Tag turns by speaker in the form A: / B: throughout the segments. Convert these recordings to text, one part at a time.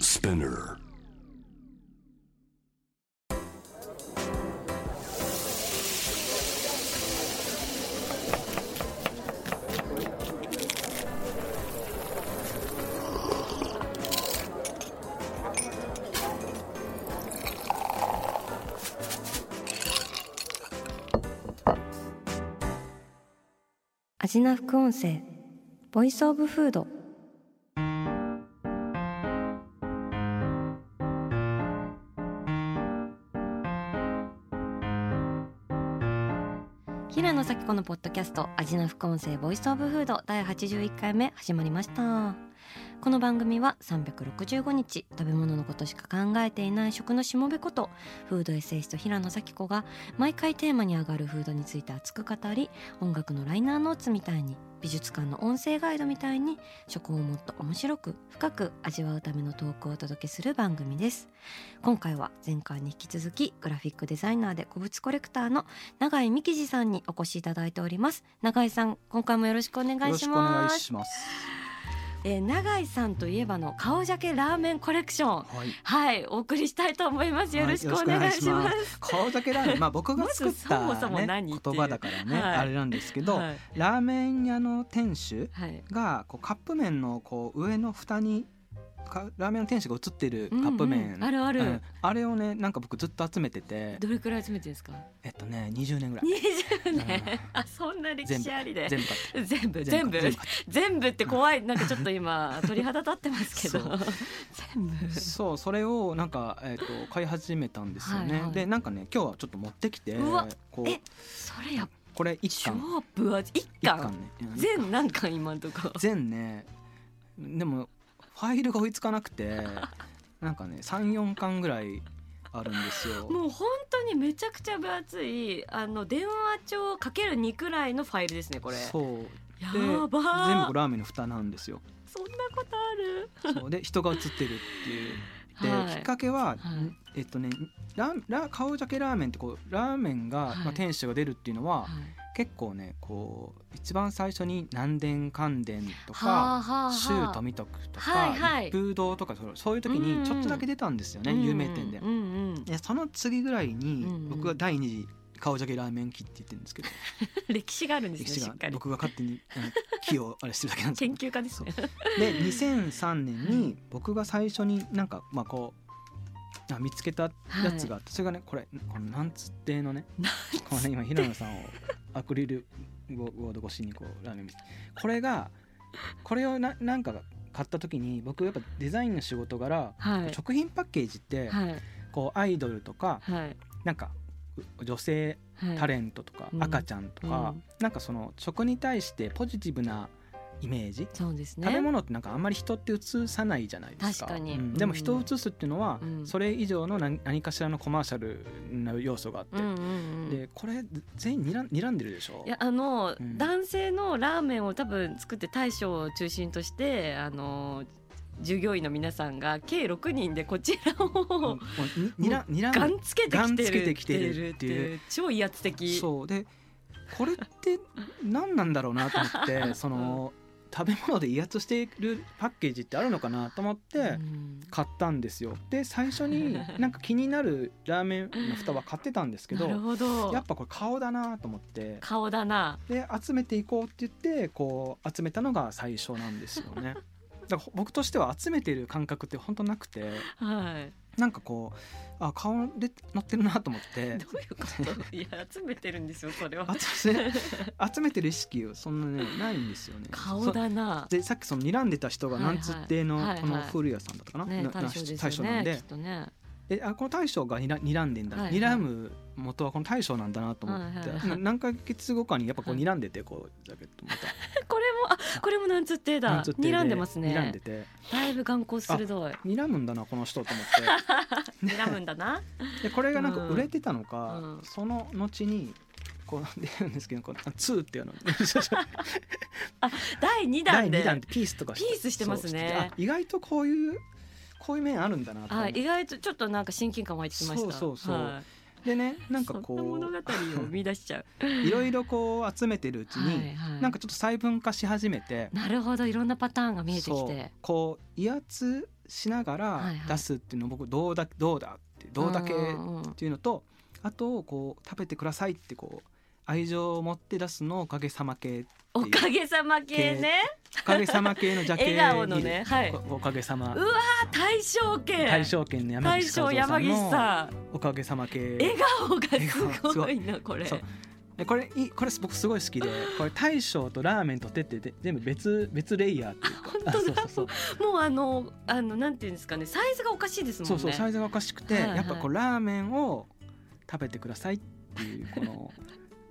A: Spinner.
B: アジナ副音声ボイスオブフード平野咲子のポッドキャストアジナ副音声ボイスオブフード第81回目始まりましたこの番組は365日食べ物のことしか考えていない食のしもべことフードエッセイスト平野咲子が毎回テーマに上がるフードについて熱く語り音楽のライナーノーツみたいに美術館の音声ガイドみたいに食をもっと面白く深く味わうためのトークをお届けする番組です今回は前回に引き続きグラフィックデザイナーで古物コレクターの永井美希二さんにお越しいただいております永井さん今回もよろしくお願いし
C: よろしくお願
B: ま
C: い
B: す
C: します。
B: えー、永井さんといえばの顔ジャケラーメンコレクション
C: はい。
B: はいお送りしたいと思いますよろしくお願いし
C: は
B: ま
C: よろしくお願い
B: す
C: 顔だけラ ーメン、まあ僕が作
B: ま
C: っ
B: ずそ
C: た
B: もそも
C: ね
B: 何っていう
C: 言葉だからね、
B: はい
C: あれなんですけど、
B: はい
C: ラーメン屋の店主
B: はい
C: がこうカップ麺のこう上の蓋にかラーメンの店主が写ってるカップ
B: うん
C: 麺、
B: うんあるある、
C: うんあれをねなんか僕ずっと集めてて、
B: どれくらい集めてるんですか
C: えっとね20年ぐらい
B: 20年
C: うん
B: あそんな歴史ありで
C: 全部買っ て
B: 全部全部
C: 買っ
B: 全部って怖いなんかちょっと 今鳥肌立ってますけど
C: そう
B: 全部
C: てそうそれをなんかえっと買い始めたんですよね。
B: はいはい
C: でなんかね今日はちょっと持ってきて、
B: うわ
C: こ
B: え
C: う
B: それやっぱ
C: これ一
B: 超
C: 貫
B: 分厚い一
C: 一
B: 巻
C: 貫ね。うん
B: 全何巻今んとこ
C: 全ねでもファイルが追いつかなくて なんかね34巻ぐらいあるんですよ。
B: もう本当にめちゃくちゃ分厚いあの電話帳かける2くらいのファイルですねこれ
C: そう
B: や
C: で全部
B: ばー
C: これラーメンの蓋なんですよ。
B: そんなことある
C: そうで人が写ってるっていう。で、
B: はい
C: きっかけ
B: は
C: は、
B: い
C: えっとねラーラ顔ジャケラーメンってこうラーメンが、
B: はい
C: まあ、店主が出るっていうのは、
B: はい
C: 結構ねこう一番最初に南伝関伝とか。
B: はあはあはあ
C: 周富徳とか、
B: はいはい
C: 一風堂とかそうそういう時
B: うんうん
C: にちょっとだけ出たんですよね、有名店で
B: うん、うん うん
C: でその次ぐらいに
B: うんうん
C: 僕が第二次顔じゃけラーメン期って言ってるんで すけど、
B: 歴史があるんですね
C: 歴史
B: し
C: が
B: っかり
C: 僕が勝手にあの期をあれしてるだけなんです け
B: 研
C: ど
B: 究家ですね
C: で2003年に僕が最初になんかまあこうあ見つけたやつがあって、それがねこれこのなんつってのねこのね今平野さんをアクリルボード越しにこうラーメン見せてこれがこれをななんか買った時に僕やっぱデザインの仕事柄、
B: はいはい
C: 食品パッケージって、
B: はい
C: こうアイドルとか
B: はい
C: なんかう女性
B: はい
C: タレントとか
B: うん
C: 赤ちゃんとか、
B: うん
C: なんかその食に対してポジティブなイメージ、
B: そうですね
C: 食べ物ってなんかあんまり人って映さないじゃないですか
B: 確かに
C: うんでも人を映すっていうのは、
B: うん
C: それ以上の何何かしらのコマーシャルな要素があって、
B: うんうんうん
C: でこれ全員にらん睨んでるでしょ
B: いやあの、
C: うん
B: 男性のラーメンを多分作って大将を中心としてあの従業員の皆さんが計6人でこちら
C: も
B: を
C: うにらにらんで
B: ガンつけてきてる
C: ガンつけてきてるっていう
B: 超威圧的
C: そうでこれって何なんだろうなと思っ てその食べ物で威圧しているパッケージってあるのかなと思って、
B: うん
C: 買ったんですよで最 初になんか気になるラーメンの蓋は買ってたんですけど
B: なるほど
C: やっぱこれ顔だなと思って
B: 顔だな
C: で集めていこうって言ってこう集めたのが最初なんですよ ねだから僕としては集めてる感覚って本当なくて
B: はい
C: なんかこうあ顔で乗ってるなと思って
B: どういうこといや集めてるんですよそれは
C: 集め 集めてる意識そんなねないんですよね
B: 顔だな
C: でさっきその睨んでた人がなんつっての
B: はいはい
C: この古谷さんだったかな、
B: ね
C: な
B: 大将ですよね
C: 大将なんで
B: きっとね
C: えあこの大将がにら睨んでんだ、
B: はいはい
C: 睨む元はこの大将なんだなと思って、
B: はいはいはい
C: な何ヶ月後かにやっぱこう
B: はい
C: 睨んでてこうだけどまた
B: これもあこれもなんつってだ
C: なんつって
B: 睨んでます
C: 睨ん
B: ね
C: でて
B: だいぶ眼光鋭い
C: 睨むんだなこの人と思っ
B: 睨むんだな
C: てでこれがなんか売れてたのか、
B: うんうん
C: その後にこう出るんですけどこうあツーってい うの
B: 第二弾
C: 第
B: で
C: 2弾ってピースとか
B: ピースしてますね
C: そうしてあ意外とこういうこういう面あるんだなと思
B: は
C: っ
B: い、
C: て
B: 意外とちょっとなんか親近感湧いてきました。
C: そうそうそう
B: は
C: でね
B: い、
C: なんかこ
B: そんな物語
C: う
B: を見出しちゃう。
C: いろいろこう集めてるうち に、
B: はいはい
C: なんかちょっと細分化し始めて、
B: なるほど、いろんなパターンが見えてき
C: そう
B: て。
C: こう威圧しながら
B: はいはい
C: 出すっていうのを僕どうだどうだってどうだけっ
B: んうん
C: ていうのとあとこう食べてくださいってこう愛情を持って出すのをおかげさま系
B: おかげさま系ね
C: おかげさま系のジャケ
B: 笑顔のねはい
C: おおかげさま
B: うわー大将系
C: 大将券の山
B: 大
C: 岸和
B: 将
C: 夫さ
B: 山
C: んの
B: 岸さん
C: おかげさま系
B: 笑顔がすごいなこれ
C: そうえこれいいこれ僕すごい好きでこれ大将とラーメンとてってで全部別別レイヤーっていうか
B: あ本当だ
C: あそうそう
B: もうあのあのなんていうんですかねサイズがおかしいですもん
C: そう
B: ね
C: そうそうサイズがおかしくて、
B: はいはい
C: やっぱこうラーメンを食べてくださいっていう この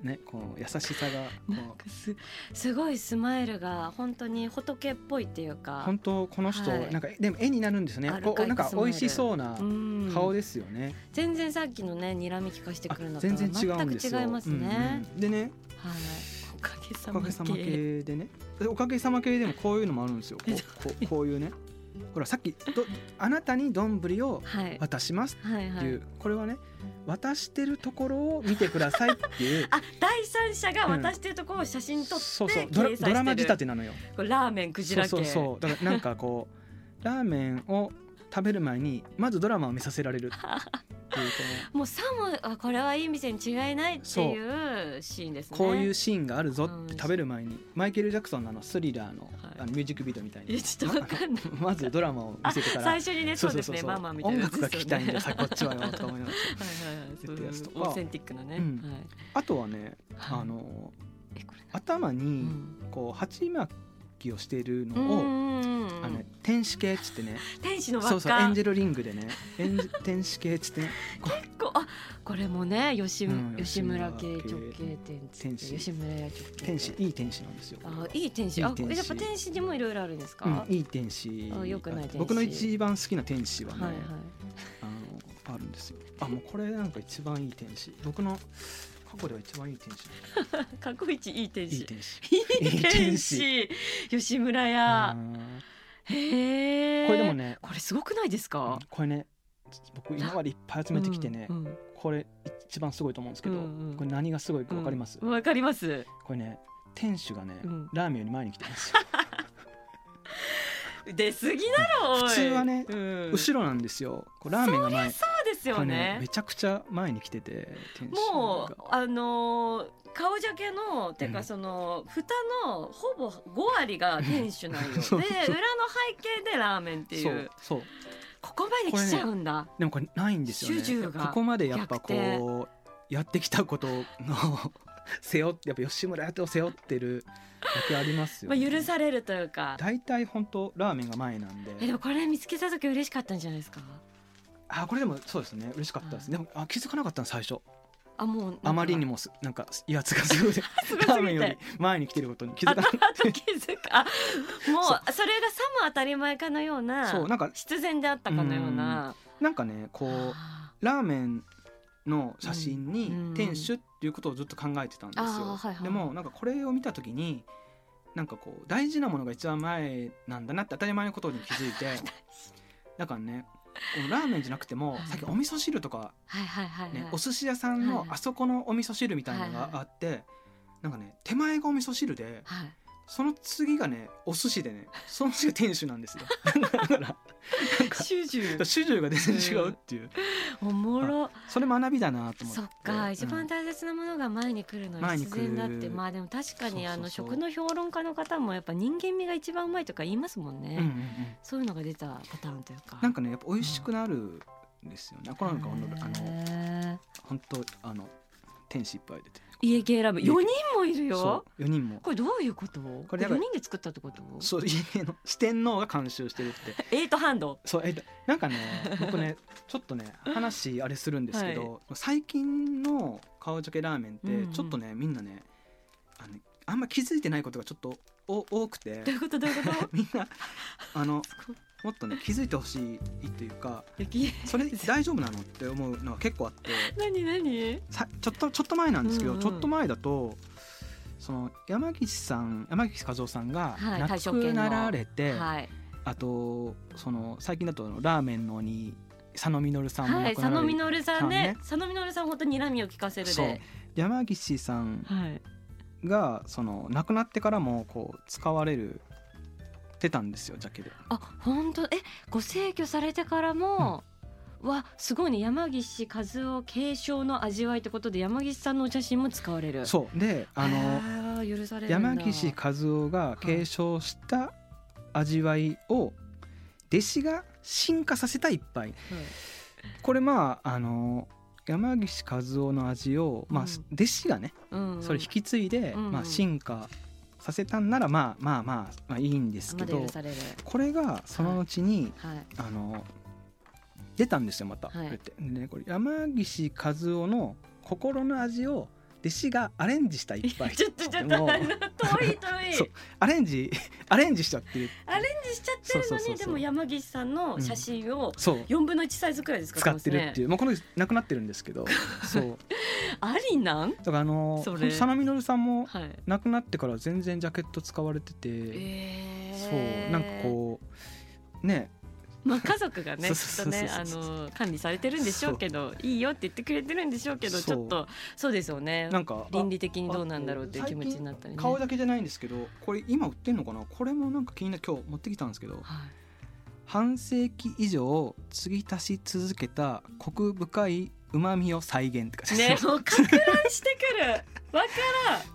C: ねこの優しさが
B: なん
C: こ
B: かすすごいスマイルが本当に仏っぽいっていう
C: う
B: か
C: 本当この人、
B: はい
C: なんかでも絵になるんですね
B: アル
C: こ
B: カ
C: う
B: イ
C: なん
B: ク
C: か
B: スマイル
C: 美味しそうな
B: うん
C: 顔ですよね、
B: 全然さっきのね睨み聞かしてくるの
C: あ
B: とは
C: 全然違うんですよ
B: 全く違いますね、
C: うんうんでね
B: はいおかげさ
C: お
B: ま
C: か
B: で
C: げさま系でねでおかげさま系でもこういうのもあるんですよこ
B: え
C: うこうこういうねほらさっきど「あなたに丼を
B: はい
C: 渡します」
B: はい
C: っ
B: は
C: ていう、
B: い
C: これはね渡してるところを見てくださいっていう
B: あ第三者が渡してるとこを写真撮って
C: そうそうドラ
B: 掲載してる
C: ドラマ仕立てなのよ
B: これラーメンクジ
C: そう
B: ラ系
C: そうそうだからなんかこ うラーメンを食べる前にまずドラマを見させられ るっていう
B: もうさもあこれはいい店に違いないっていうシーンです
C: こ
B: ね
C: のこういうシーンがあるぞって食べる前にマイケル・ジャクソンのあのスリラーの,、
B: はい
C: あのミュージックビデオみたい
B: いや
C: に
B: ちょっとわかんない
C: まずドラマを見せてから
B: 最初にねそうですねママみたい
C: 音
B: な
C: 楽が聴きたいん
B: で
C: だ
B: す
C: さ
B: よね
C: こっちはよと思いました
B: はいはいはいそう
C: って
B: い
C: やつ
B: う
C: とか
B: オーセンティックなね、
C: うん
B: はい
C: あとはね
B: はい
C: あの
B: えこれな
C: 頭
B: う
C: に
B: ん
C: こう鉢巻きをしている
B: うんう
C: のを
B: んうんうん
C: あのね天使系っつってね
B: 天使の輪っか
C: そうそうエンジェルリングでねエンジ 天使系っつってね
B: こうあこれもね吉,、
C: うん
B: 吉村系
C: 吉村系
B: 直径店
C: 天使
B: 吉村屋直径店
C: 天使いい天使なんですよ。
B: あいい天使
C: いい
B: あ
C: 天使
B: やっぱ天使にもいろいろあるんですか、
C: うん、いい天使
B: あ良くない天使
C: 僕の一番好きな天使はね、
B: はいはい
C: あのあるんですよあもうこれなんか一番いい天使僕の過去では一番いい天使
B: 過去一いい天
C: い
B: 使
C: い天使
B: いい天使吉村屋
C: うん
B: へえ
C: これでもね
B: これすごくないです
C: うん
B: か
C: これね僕今までいっぱい集めてきてね、
B: うんうん
C: これ一番すごいと思うんですけ
B: う
C: ど、
B: んうん
C: これ何がすごいかわかります、
B: うんわかります
C: これね店主がね、
B: うん
C: ラーメンより前に来てるんで すよ
B: 出過ぎだろおい
C: 普通はね
B: うんそう
C: 後ろなんですよこうラーメンが前
B: です
C: こ
B: よ
C: れね
B: ね
C: めちゃくちゃ前に来てて店主
B: も
C: が
B: うあのー顔ジャケのて
C: う
B: か
C: ん
B: その、蓋のほぼ5割が店主なんよで
C: そ
B: 裏
C: う
B: の
C: そう
B: 背景でラーメンってい
C: そううそう
B: ここまで来ちゃうんだ、
C: でもこれないんですよ
B: 主従
C: ね
B: が
C: ここまでやっぱ
B: 逆転
C: こうやってきたことの 背負ってやっぱ吉村やってを背負ってるだけありますよ、
B: まあ、
C: ね
B: 許されるというか
C: 大体本当ラーメンが前なんで
B: えでもこれ見つけた時嬉しかったんじゃないですか
C: あこれでもそうですね嬉しかったです、でもあ気づかなかったの最初
B: あもうなんか
C: あまりにもすなんか威圧がすご い
B: すごすぎて
C: ラーメンより前に来てることに気づかなかっ
B: あ と気づくあもうそれがさも当たり前かのよう
C: た
B: な
C: そうなんか
B: 必然であったかのような
C: なんかねこう
B: あ
C: ラーメンの写真
B: うんうん
C: に店主っていうことをずっと考えてたんですよ、
B: あーはいはい
C: でもなんかこれを見た時になんかこう大事なものが一番前なんだなって当たり前のことに気 づいてだからねこのラーメンじゃなくても
B: はい
C: さっきお味噌汁とか、
B: はいはいはい、
C: ね
B: はい、
C: お寿司屋さん
B: は
C: の
B: い
C: あそこのお味噌汁みたいなのがあって、なんかね手前がお味噌汁で
B: はい
C: その次がねお寿司でねその次が店主なんですよ だ から
B: 集中
C: 主従が全然違うっていう、
B: おもろ
C: それ学びだなと思っ
B: そ
C: て
B: っか、
C: うん
B: 一番大切なものが前に来るのは
C: 前に
B: 必
C: 来
B: 然
C: る
B: だってまあでも確かにあの
C: そうそう
B: 食
C: そう
B: の評論家の方もやっぱ人間味が一番うまいとか言いますもんね、
C: うんうんうん
B: そういうのが出たパターンというか
C: なんかねやっぱ美味しくなるんですよね。これなんかあのあの
B: へー
C: 本当あの天使いっぱい出て。
B: 家系ラーメン4人もいるよ
C: そう四人も
B: これどういうことこ
C: こ
B: れ
C: れ
B: 4
C: だから
B: 人で作ったってこと
C: そう家の四天王が監修してるって。
B: エイトハンド
C: そうえっとなん かね僕ねちょっとね話あれするんですけど、最近の顔ジョケラーメン
B: うんう
C: っ
B: ん
C: てちょっとね、みんなねあのあんま気づいてないことがちょっとお多く て
B: どういうことどういうこと
C: みんなあの
B: すごい
C: もっとね気づいてほしいというか
B: 焼き
C: それ大丈夫なのって思うのが結構あって。
B: 何何
C: さちょっとちょっと前なんですけど、
B: うんうん
C: ちょっと前だとその山岸さん山岸和夫さんが
B: はい
C: 亡
B: 退職
C: く
B: 券の
C: なられて、
B: はい
C: あとその最近だとあのラーメンの鬼佐野実さんも
B: は
C: 亡
B: い
C: くな
B: 佐
C: ら
B: 野実
C: れて、
B: さん
C: さん
B: ね
C: ね
B: 佐野実さん本当に睨みを聞かせる
C: そう
B: で
C: 山岸さん
B: はい
C: がその亡くなってからもこう使われるってたんですよジャケで。
B: あ本当えご制御されてからも、わすごいね山岸和夫継承の味わいってことで山岸さんのお写真も使われる
C: そうであの
B: の許されるんだ
C: 山岸和夫が継承した味わいを弟子が進化させた一杯これまああの山岸和夫の味を、まあ
B: うん
C: 弟子がね
B: うんうん
C: それ引き継いで、
B: うんうん
C: まあ、進化させたんなら、まあ、まあまあまあいいんですけ
B: まだ許
C: ど
B: される
C: これがそのうちに、
B: はい
C: あの出たんですよまた、
B: はい
C: これってでねこれ山岸和夫の心の味を弟子がアレンジした一杯
B: ちょっとちょっと
C: もう
B: あの遠い遠い
C: そうアレンジアレンジしたっていう
B: アレンジしちゃってる
C: そ
B: の
C: うそうそう
B: に
C: そ
B: で
C: う
B: も山岸さんの写真を
C: そう
B: 4分の1サイズくらいですか
C: 使ってるっていううもうこの人なくなってるんですけどそう
B: ありなん
C: だからあの
B: それ
C: 佐野実さんも
B: はい
C: 亡くなってから全然ジャケット使われてて、
B: えー
C: そうなんかこうね
B: まあ家族がねき
C: そ
B: っ
C: うそ
B: と
C: うそうそう
B: ねあの管理されてるんでしょうけどいいよって言ってくれてるんでしょうけど
C: そ
B: ち
C: う
B: ょっとそうですよね
C: なんかあ
B: 倫理的にどうなんだろうっていう気持ちになったりね。
C: 顔だけじゃないんですけどこれ今売ってんのかなこれもなんか気になる今日持ってきたんですけど
B: はい
C: 半世紀以上継ぎ足し続けたコク深いうまみを再現って感じ
B: ね
C: です
B: もう拡大してくるわか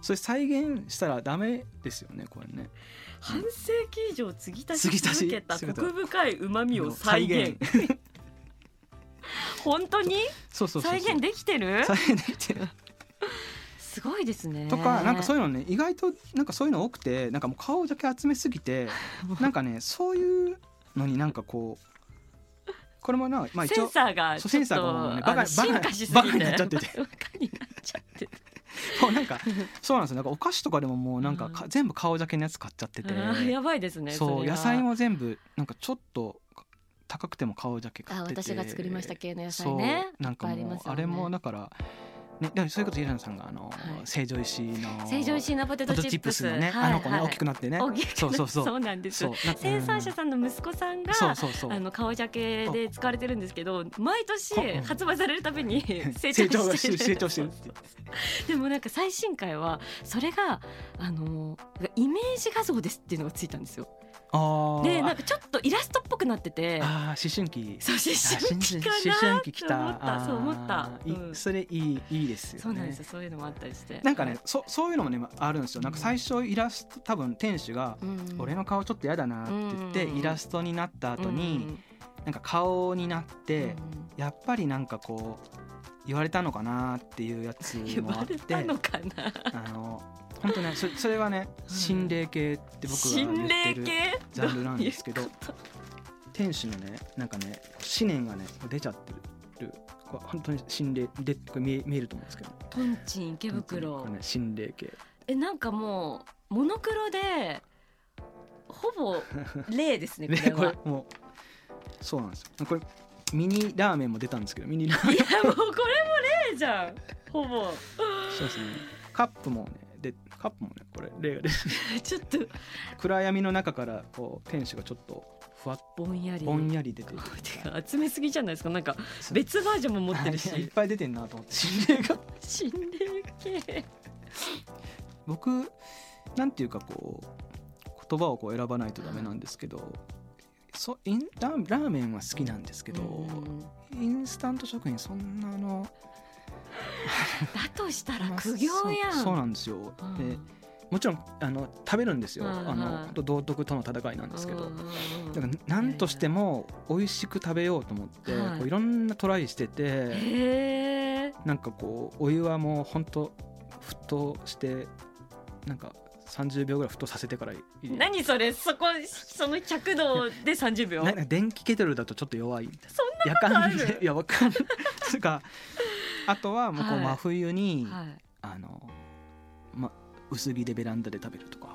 C: それ再現したらダメですよねこれね
B: 半世紀以上継ぎ足し続けた
C: 継
B: コ
C: ぎ足し
B: ク深いうまみを再現 本当に
C: そうそうそう
B: 再現できてる
C: 再現できてる
B: すごいですね
C: とかなんかそう
B: う
C: いうのね意外となんかそういうの多くてなんかもう顔だけ集めす ぎてなんかねそういうのになんかこうこれもなまあ一
B: セン
C: 応
B: サーが
C: そ
B: ち
C: うセ
B: ょ
C: ン
B: っ
C: サーが
B: と
C: もうね
B: あ
C: バカ
B: の進化しすぎて
C: バカになっちゃってて
B: バカになっちゃ ってて
C: もうな んかそうなんですよなんかお菓子とかでももうなんかか
B: う
C: 全部顔だけのやつ買っちゃってて
B: あーやばいですね
C: そう
B: れは
C: 野菜も全部なんかちょっと高くても顔だけ買
B: あ
C: ってて
B: 私が作りました系の野
C: そ
B: 菜
C: う
B: ね
C: なんかも
B: いっぱいあり
C: う
B: ますよね
C: あれもだからねでもそういうこと平野さんがあ
B: は
C: の
B: い
C: 成城石井の
B: 成城石井のポテ
C: ポ
B: ト
C: テ
B: チ
C: トチ
B: ッ
C: ップ
B: プ
C: ス
B: ス
C: のねあの子ね大きく
B: な
C: なってね
B: 大きくな
C: そうそうそう
B: そうなんです
C: そうなんか
B: 生産者さんの息子さんが
C: そうそうそう
B: あの顔ジャケで使われてるんですけど毎年
C: こうん
B: 発売されるたび に成
C: 成長
B: 長
C: が
B: してる
C: 成長してるって
B: でもなんか最新回はそれがあのイメージ画像ですっていうのがついたんですよ
C: ああ
B: でなんかちょっとイラストっぽくなってて
C: あー思春期
B: そう思春期か
C: あ思春期来
B: な
C: た
B: と思った
C: あ
B: そう思った、
C: ー
B: う
C: い
B: ん
C: それいいいいですよね
B: そうなんですよそういうのもあったりして
C: なんかね、そそういうのもねあるんですよなんか最初イラスト多分店主が
B: うん
C: 「俺の顔ちょっとやだな」って言って、
B: うんうんうん
C: イラストになった後に、なんか顔になって、
B: うん
C: やっぱりなんかこう言われたのかなっていうやつ
B: 言
C: もあ
B: わ
C: っ
B: れ
C: て
B: たのかな
C: あの本当ねそそれはね心霊系って僕が言
B: 心
C: って
B: 霊
C: る
B: 系
C: ジャンルなんですけど
B: ういうこと
C: 店主のねなんかね思念がね出ちゃってるこれ本当に心霊でこれ見え見えると思うんですけど
B: トンチン池
C: こ
B: 袋
C: れね心霊系
B: えなんかもうモノクロでほぼ例です ねこ
C: ね
B: れ
C: こ
B: は
C: れもうそうなんですよこれミニラーメンも出たんですけどミ ニラーメン
B: いやもうこれも例じゃんほ ぼ
C: そうですねカップもねでカップもねこれ例 が出て
B: ちょっと
C: 暗闇の中からこう店主がちょっとふわっ
B: ぼんやり
C: ぼんやり出てる
B: てか集めすぎじゃないですかなんか
C: そう
B: 別バージョンも持ってる
C: いっ
B: し
C: ぱい出てんなと 思って心霊が
B: 心霊系
C: 僕なんていうかこう言葉をこう選ばないとダメなんですけどそインラーラーメンは好きなんですけど、
B: うん
C: インスタント食品そんなあの
B: だとしたら
C: まあ
B: 苦行やん
C: そうそうなんですよ、
B: うん
C: でもちろんあの食べるんですよ、
B: はいはい
C: あの本当道徳との戦いなんですけど、
B: うんうんうん
C: だから何としても美味しく食べようと思って、
B: はい
C: い、こういろんなトライしてて、
B: へえ
C: なんかこうお湯はもう本当沸騰してなんか30秒ぐらい沸騰させてからいい
B: 何それそこその100度で30秒
C: な なんか電気ケトルだとちょっと弱い
B: そ
C: んなこと
B: ある
C: いやわかんない つうかあとはもうこう
B: はい
C: 真冬に、
B: はい
C: あのま薄着でベランダで食べるとか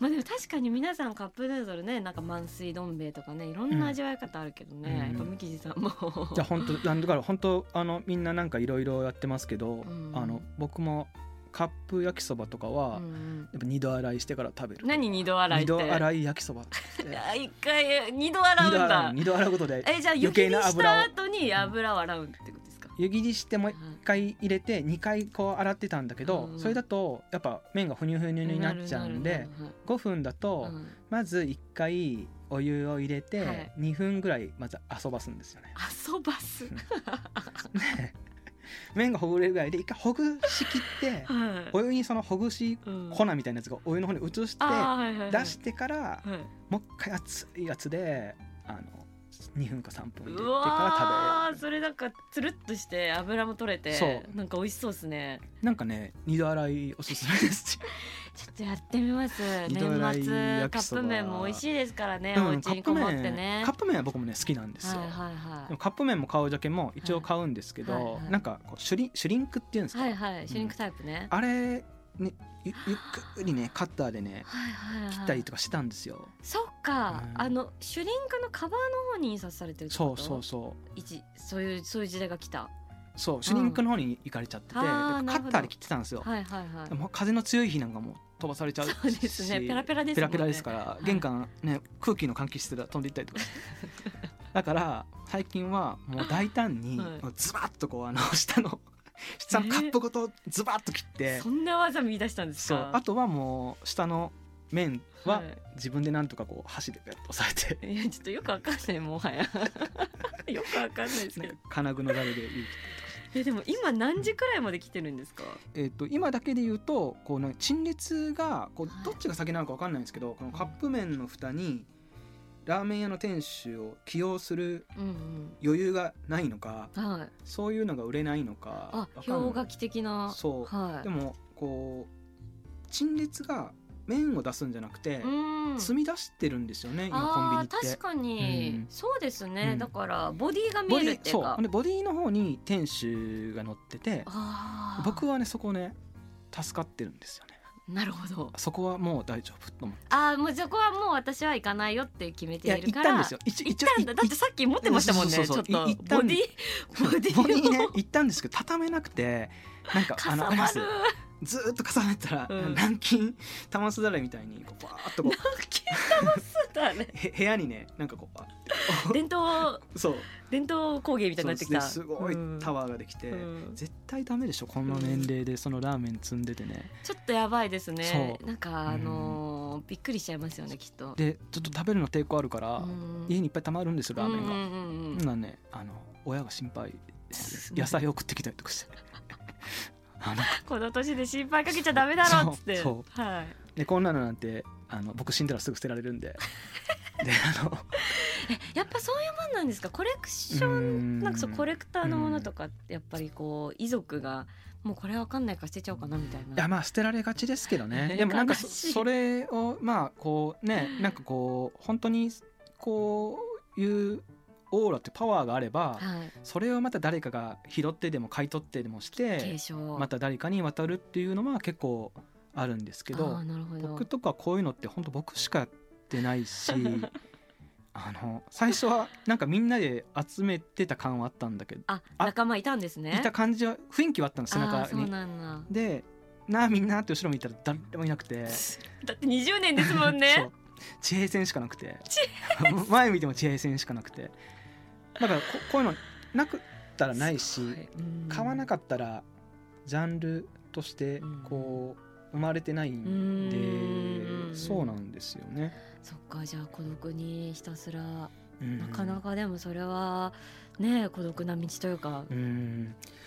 B: まあでも確かに皆さんカップヌードルねなんか満水どん兵衛とかねいろんな味わい方あるけどね、
C: うん
B: やっぱ無地さんも
C: じゃあ本当なんだから本当あのみんななんかいろいろやってますけど、
B: ん
C: あの僕もカップ焼きそばとかは、
B: う
C: や
B: ん
C: っぱ二度洗いしてから食べる
B: 何二度洗い
C: 二
B: って
C: 度洗い焼きそばい
B: あ一回二度洗う
C: 二
B: ん
C: 度洗
B: だ
C: う二度洗うことで
B: えじゃあ
C: 余
B: 余
C: 計
B: 計に
C: な
B: し
C: 油を
B: た後に油を洗うってことですか
C: 湯切りしても
B: は
C: う
B: い
C: 1回入れて2回こう洗ってたんだけど、
B: うん
C: それだとやっぱ麺がふにゅふにゅになっちゃうん
B: な
C: で
B: るなる
C: 5分だと
B: なるはいうん
C: まず1回お湯を入れ
B: は
C: て
B: い
C: 2分ぐらいまず遊ばすんですよね。
B: 遊ばす
C: 麺がほぐれるぐらいで一回ほぐしきって
B: はい
C: お湯にそのほぐし
B: うん
C: 粉みたいなやつがお湯の方に移して
B: あーはいはいはい
C: 出してから
B: はい
C: もう一回熱いやつであの2分か3分入
B: う
C: れてから
B: わー
C: 食べ
B: それなんかつるっとして油も取れて
C: そう
B: なんか美味しそうですね
C: るなんかね二度洗いおすすめです。
B: ちょっとやってみます
C: 二
B: 年
C: 度洗い
B: 末
C: 焼
B: カ
C: き
B: ッ
C: そば
B: プ麺も美味しいですから ね、
C: うん
B: お家にこもってね
C: カップ麺は僕もね好きなんですよ。
B: はいはいは
C: でもカップ麺も買うじゃけも一応買うんですけど、
B: はいはいはい
C: なんかこうシュリンシュリンクっていうんで
B: い
C: すか、
B: はいはいシュリンクタイプね、
C: あれねゆゆっくりねカッターでね
B: はいはいはい
C: 切ったりとかしたんですよ。
B: そっか、
C: うん
B: あのシュリンクのカバーの方に印刷されてるって
C: そ
B: こ
C: う
B: と
C: そうそう
B: 一そういうそういう時代が来た
C: そうシュリンクの方に行かれちゃってて、
B: あー
C: で
B: な
C: カ
B: るほど
C: ッターで切ってたんですよ。
B: はいはいはい
C: もう風の強い日なんかもう飛ばされちゃうし
B: そうですねペラペラですも
C: ペラ
B: んね
C: ペラですから、
B: い
C: 玄関ね空気の換気室で飛んでい ったりとかだから最近はもう大胆に、
B: はい
C: もうズバッとこうあの下 の下のカップごとズバッと切って、
B: そんな技見出したんです
C: そう
B: か
C: あとはもう下の面は
B: はい
C: 自分でなんとかこう箸でペッと押さえて、
B: いやちょっとよくわかんないもはや よくわかんないですけ
C: なん
B: ど
C: か金具のざるでいい
B: えでも今何時くらいまで来てるんですか
C: えっと今だけで言うとこうなんか陳列がこう
B: はい
C: どっちが先なのか分かんないんですけどこのカップ麺の蓋にラーメン屋の店主を起用する
B: うん
C: 余裕がないのか
B: うんはい
C: そういうのが売れないのか
B: あ
C: 分かんない
B: 氷河期的な
C: そう
B: はい
C: でもこう陳列が麺を出すんじゃなくて
B: うん
C: 積み出してるんですよね今コンビニ
B: あー
C: って。
B: 確かに、
C: うん
B: そうですね、
C: うん
B: だからボディが見
C: ボ
B: える
C: デ
B: っ
C: ィ
B: てい
C: そうう
B: か
C: ほんでボディの方に店主が乗ってて
B: あー
C: 僕はねそこね助かってるんですよね
B: なるほど
C: そこはもう大丈夫と思って
B: あーもうそこはもう私は行かないよって決め
C: いや
B: てい
C: 行
B: る
C: っ
B: から
C: たんですよ一
B: 行ったんだだってさっき持ってましたもんね
C: そうそうそう
B: ちょっ
C: い行った
B: とボ
C: ん
B: デ
C: で
B: ィボ ディ
C: ボディ
B: を、
C: ね行ったんですけど畳めなくてなんか
B: 重
C: あのありま
B: な
C: す
B: る
C: ずーっと重ねてたら、
B: うん
C: 軟禁玉すだれみたいにこうバーっとこう
B: 聞いたのすだね
C: へ部屋にねなんかこうバーってこ
B: 伝統
C: う そう
B: 伝統工芸みたいになってきた
C: そうですごいタ
B: ワ
C: ワーができて、
B: ーうん
C: 絶対ダメでしょこの年齢でそのラーメン積んでてね、
B: ちょっとやばいですね
C: そ
B: なんかあのーびっくりしちゃいますよねきっと
C: でちょっと食べるの抵抗あるから、
B: うん
C: 家にいっぱい溜まるんですよラーメンが。
B: うんうんうんうん
C: なんねあの親が心配して野菜送ってきたりとかして あの
B: この年で心配かけちゃダメだろっつって
C: そう
B: はい
C: でこんなのなんてあの僕死んだらすぐ捨てられる んでであの
B: やっぱそういうもんなんですかコレクショ
C: うー
B: ン
C: ん
B: なんかそうコレクターのものとかってやっぱりこう遺族がもうこれわかんないから捨てちゃおうかなみたい
C: いや
B: な
C: まあ捨てられがちですけ どねでもなんかそ
B: 悲しい
C: それをまあこうねなんかこう本当にこういうオーラってパワーがあれば
B: はい
C: それをまた誰かが拾ってでも買い取ってでもして
B: 継承
C: また誰かに渡るっていうのは結構あるんですけど
B: あーなるほど
C: 僕とかこういうのって本当僕しかやってない しあの最初はなんかみんなで集めてた感はあったんだけど
B: あ
C: あ
B: 仲間いたんですね
C: いた感じは雰囲気はあったの背
B: あー
C: 中
B: そう
C: に。
B: なんだ
C: でなあみんなって後ろ見たら誰もいなくて
B: だって20年ですもん
C: そ
B: ね
C: う地平線しかなくて 前見ても地平線しかなくてだからここういうのなくったらないし買わな
B: かっ
C: かったらジャンルとしてこう生まれてない
B: た
C: んでそうなんですよね。
B: そっかじゃあ孤独にひたすら
C: うん
B: なかなかでもそれはね孤独な道というか
C: うん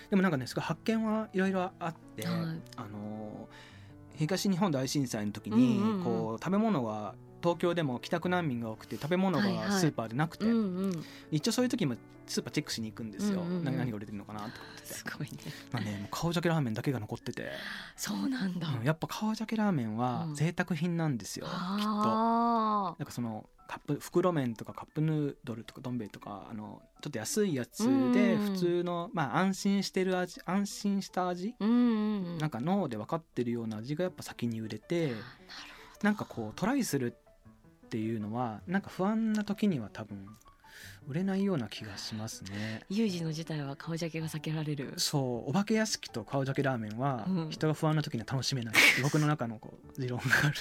C: でもなんかねすごい発見はいろいろあって、
B: はい
C: あのー東日本大震災の時に、
B: うんうんうん
C: こう食べ物が東京でも帰宅難民が多くて食べ物
B: はいは
C: が
B: い
C: スーパーでなくて、
B: うんうん
C: 一応そういう時もスーパーチェックしに行くんですよ、
B: うんうんうん
C: な何が売れてるのかなと思ってて
B: すごいね
C: まあねもう顔じゃけラーメンだけが残ってて、
B: そうなんだ
C: うんやっぱ顔じゃけラーメンは
B: うん
C: 贅沢品なんですよ、きっと。
B: あ
C: なんかそのカップ袋麺とかカップヌードルとかどん兵衛とかあのちょっと安いやつで
B: うん
C: 普通の、まあ安心してる味安心した味
B: ーうんうんうん
C: なんか脳で分かってるような味がやっぱ先に売れて
B: なるほど
C: なんかこうトライするっていうのはなんか不安な時には多分売れないような気がしますね。
B: 有事の事態は顔じゃけが避けられる
C: そうお化け屋敷と顔じゃけラーメンは
B: うん
C: 人が不安な時には楽しめないって僕の中のこう持論がある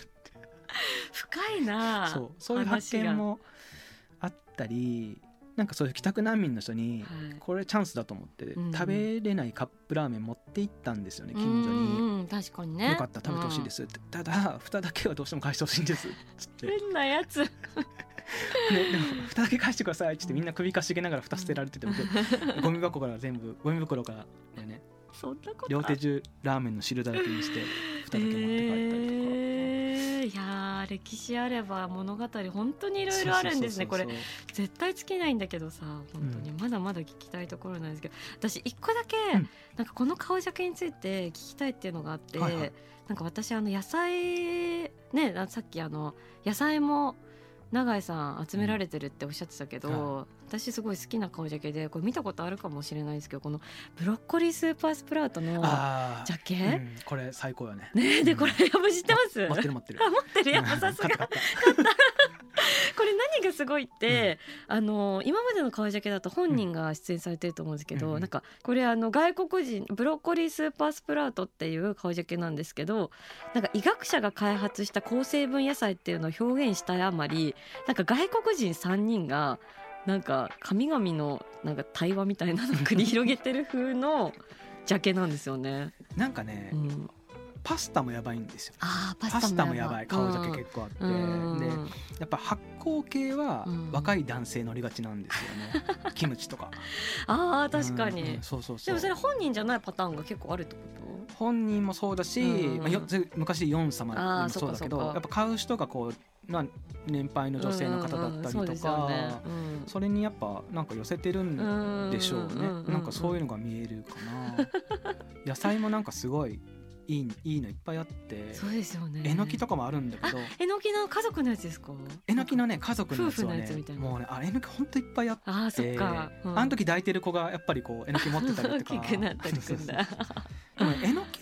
B: 深いなあ
C: そうそういう発見もあったりなんかそういう帰宅難民の人に
B: はい
C: これチャンスだと思って
B: うん
C: 食べれないカップラーメン持って行ったんですよね近所
B: う
C: に。
B: んうん確かにね
C: よかった食べてほしいですすってただ蓋だけはどうしても返してほしいんですっ つって
B: 変なやつ
C: ね、でも蓋だけ返してくださいって言ってみんな首かしげながら蓋捨てられ てて僕ゴミ箱から全部ゴミ袋からだよね
B: そんなこと
C: 両手中ラーメンの汁だらけにして蓋だけ持って帰ったりとか。
B: えーいやー歴史あれば物語本当にいろいろあるんですねこれ
C: そうそう
B: 絶対尽きないんだけどさ本当に
C: う
B: まだまだ聞きたいところなんですけど、私一個だけ、
C: うん
B: なんかこの顔鮭について聞きたいっていうのがあって、
C: はいはい
B: なんか私あの野菜ねなさっきあの野菜も永井さん集められてるっておっしゃってたけど、
C: うん
B: 私すごい好きな顔鮭でこれ見たことあるかもしれないですけどこのブロッコリースーパースプラウトの
C: そうあ
B: ジ
C: あ、
B: ャケ、
C: うん、これ最高よね
B: ねえでこれやば知ってます、
C: 待ってる待ってる
B: あ持ってるやっぱさすが
C: 買った買った
B: これ何がすごいって、あの今までの顔ジャケだと本人が出演されてると思うんですけど、
C: うんうん
B: なんかこれあの外国人ブロッコリースーパースプラウトっていう顔ジャケなんですけどなんか医学者が開発した高成分野菜っていうのを表現したいあまりなんか外国人3人がなんか神々のなんか対話みたいなのを繰り広げてる風の ジャケなんですよね。
C: なんかね、
B: うん、
C: パスタもやばいんですよ
B: あー
C: パスタもやばい顔ジャケ
B: 構
C: 結構あって、
B: うん
C: でやっぱ発酵系は
B: うん
C: 若い男性乗りがちなんですよね、 キムチとか
B: あー確かに、
C: うんうんそうそうそう
B: でもそれ本人じゃないパターンが結構あるってこと
C: 本人もそうだし、
B: うん
C: まあ、よぜ昔ヨン様で
B: あー
C: もそうだ
B: そっ
C: け
B: か
C: ど
B: そっ
C: や
B: か
C: っぱ買う人がこう、まあ、年配の女性の方
B: う
C: だったり
B: んうんうんそう
C: と
B: ですよ
C: か、
B: ね
C: それにやっぱなんか寄せてる
B: うんん
C: でしょうね、なんかそうい
B: の
C: うのが見えるか な野菜もなんかすごいいいいいのいっぱいあって
B: そうですよね
C: えのきとかもあるんだけど
B: えのきの家族のやつですか
C: えのきのね家族のやつは
B: 夫婦のやつみ
C: ね
B: たいな
C: もうねあれえのきほんといっぱいあって。
B: あーそっか、うん
C: あの時抱いてる子がやっぱりこうえのき持ってたりとか
B: 大きくなったりするんだ
C: そうそうそうでもねえのき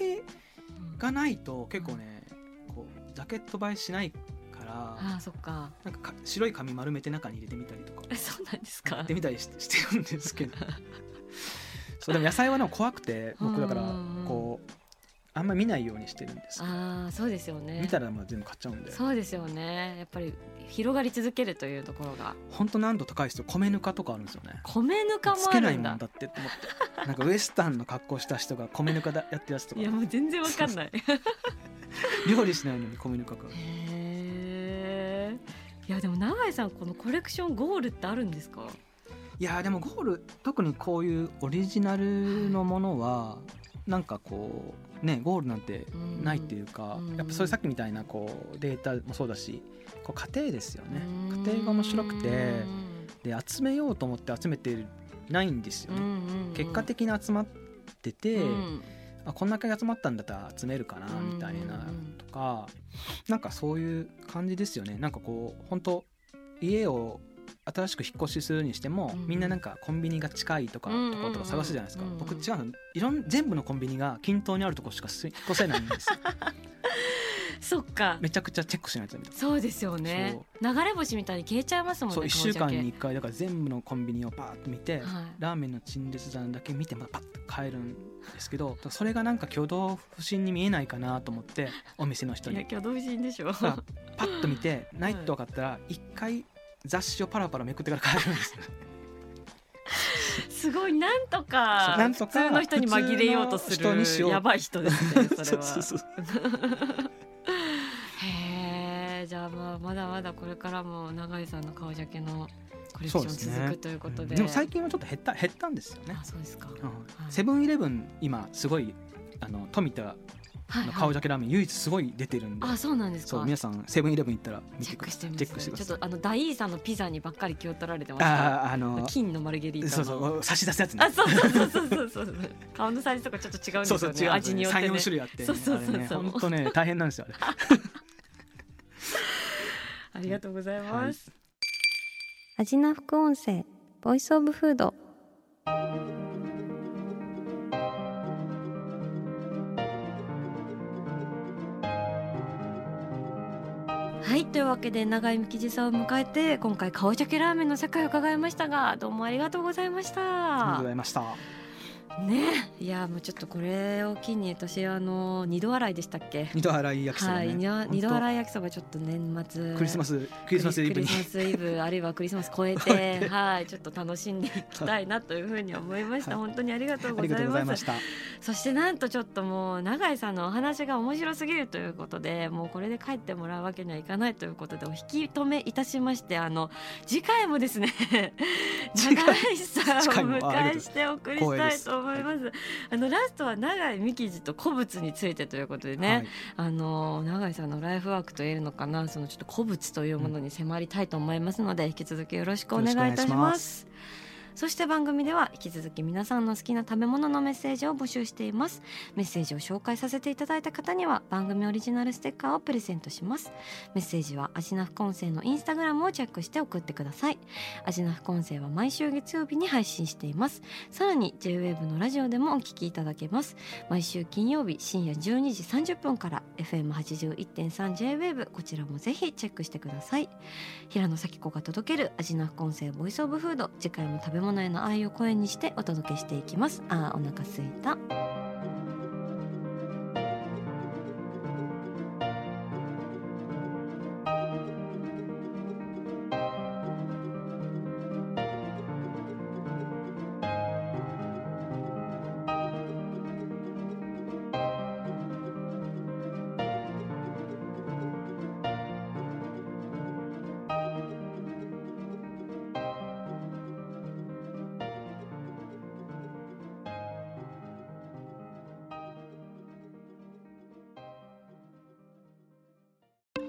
C: がないと結構ねこうジャケット映えしないから
B: あーそっか
C: なんかか白い紙丸めて中に入れてみたりとか
B: えそうなんです
C: や
B: か
C: ってみたりししてるんで すけどそうでも野菜はでも怖くて僕だから
B: うん
C: こうあんま見ないようにしてるんです
B: ああそうですよね
C: 見たらまあ全部買っちゃうんで
B: そうですよねやっぱり広がり続けるというところが
C: 本当難度高いですよ米ぬかとかあるんですよね
B: 米ぬかも
C: つ
B: あ
C: けな
B: るん
C: いも
B: だ
C: んだってって思ってなんかウエスタンの格好した人が米ぬかだやってるやつとか
B: いやもう全然わかんない
C: 料理しないのに米ぬかが
B: へえ。いやでも永井さんこのコレクションゴールってあるんですか。
C: いやーでもゴール特にこういうオリジナルのものはなんかこうねゴールなんてないっていうか、
B: うん
C: やっぱそういうさっきみたいなこうデータもそうだしこう家庭ですよね
B: うん
C: 家庭が面白くてで集めようと思って集めてないんですよ
B: うんうんう
C: ね、
B: んうん
C: 結果的に集まってて、
B: うん
C: あこんだけ集まったんだったら集めるかなみたいなとか、なんかそういう感じですよねなんかこう本当家を新しく引っ越しするにしても、
B: うん
C: みんななんかコンビニが近いとか
B: うん
C: ところとか探すじゃないですか、
B: うん
C: 僕違うのいろん全部のコンビニが均等にあるところしかす引っ 越せないんですよ
B: そっか。
C: めちゃくちゃチェックしないとみたい
B: そうですよね。流れ星みたいに消えちゃいますも
C: なん
B: ね。
C: そう
B: 顔
C: 1週
B: だけ
C: 間に1回だから全部のコンビニをパーッと見
B: は
C: て、
B: い
C: ラーメンの陳列棚だけ見てまたパッと帰るんですけどそれがなんか挙動不審に見えないかなと思ってお店の人
B: いや
C: に
B: 挙動不審でしょ。
C: さパッと見てないって分かったら一回雑誌をパラパラめくってから帰るんです
B: すごいなんとか
C: そうなんとか
B: 普通の人に紛れようとす
C: 普通の人にしよ
B: る
C: う
B: やばい人ですね。 それは。
C: そうそうそう
B: へえじゃあまあまだまだこれからも永井さんの顔ジャケのコレクション続くということで
C: でも最近はちょっと減った減ったんですよね
B: あ、そうですか、
C: うん
B: い
C: セブンイレブン今すごいあの富田
B: はい
C: の
B: はい
C: 顔だけラーメン唯一すごい出てるんで、
B: あそうなんです
C: そう
B: か
C: 皆さんセブンイレブン行ったら見
B: チ
C: て
B: ェッ
C: く
B: ク
C: だ
B: して
C: さい
B: ます
C: チェックしてくだ
B: ちょ
C: さ
B: っ
C: い
B: とあのダイーさんのピザにばっかり気を取られてました
C: あーあの
B: 金のマルゲリータ
C: そ
B: の
C: うそう差し出すやつね
B: あそうそうそうそうそうそう顔のサイズとかちょっと違うんです
C: そ
B: よ
C: う
B: ね
C: そう違う
B: 味によってね
C: 34種類あってね
B: そうそうそうそう
C: あれね本当ね大変なんですよあれ
B: ありがとうございます、
A: アジナ副音声ボイスオブフード
B: はいというわけで長い道地さんを迎えて今回顔ジャケラーメンの世界を伺いましたがどうもありがとうございました
C: ありがとうございました
B: ねいやもうちょっとこれを機に私あの二度洗いでしたっけ
C: 二度洗い焼きそば
B: は
C: ね、
B: い、二
C: ほ
B: 度
C: んと
B: 二度洗い焼きそばちょっと年末
C: クリスマ
B: ス
C: スクリスマスイブに
B: クリスマスイブあるいはクリスマス超え てはいちょっと楽しんでいきたいなというふうに思いました、
C: はい
B: 本当にありがとう
C: あ
B: ご
C: りが
B: ざ
C: とう
B: い
C: ござ
B: ま
C: い
B: す
C: ました
B: そしてなんとちょっともう永井さんのお話が面白すぎるということでもうこれで帰ってもらうわけにはいかないということでお引き止めいたしましてあの次回もですね
C: 次回
B: 永井さんを
C: 次回もあ
B: お迎えしてお送りしたいと思います。あのラストは永井美希児と古物についてということでね、
C: はい、
B: あの永井さんのライフワークと言えるのかなそのちょっと古物というものに迫りたいと思いますので、引き続きよろしくお願いいたし
C: よろしくお願
B: ま。
C: いします
B: そして番組では引き続き皆さんの好きな食べ物のメッセージを募集していますメッセージを紹介させていただいた方には番組オリジナルステッカーをプレゼントしますメッセージはアジナフコンセイのインスタグラムをチェックして送ってくださいアジナフコンセイは毎週月曜日に配信していますさらに JWAVE のラジオでもお聞きいただけます毎週金曜日深夜12時30分から FM81.3JWAVE こちらもぜひチェックしてください平野咲子が届けるアジナフコンセイボイスオブフード次回も食べ物への愛を声にしてお届けしていきますあーお腹すいた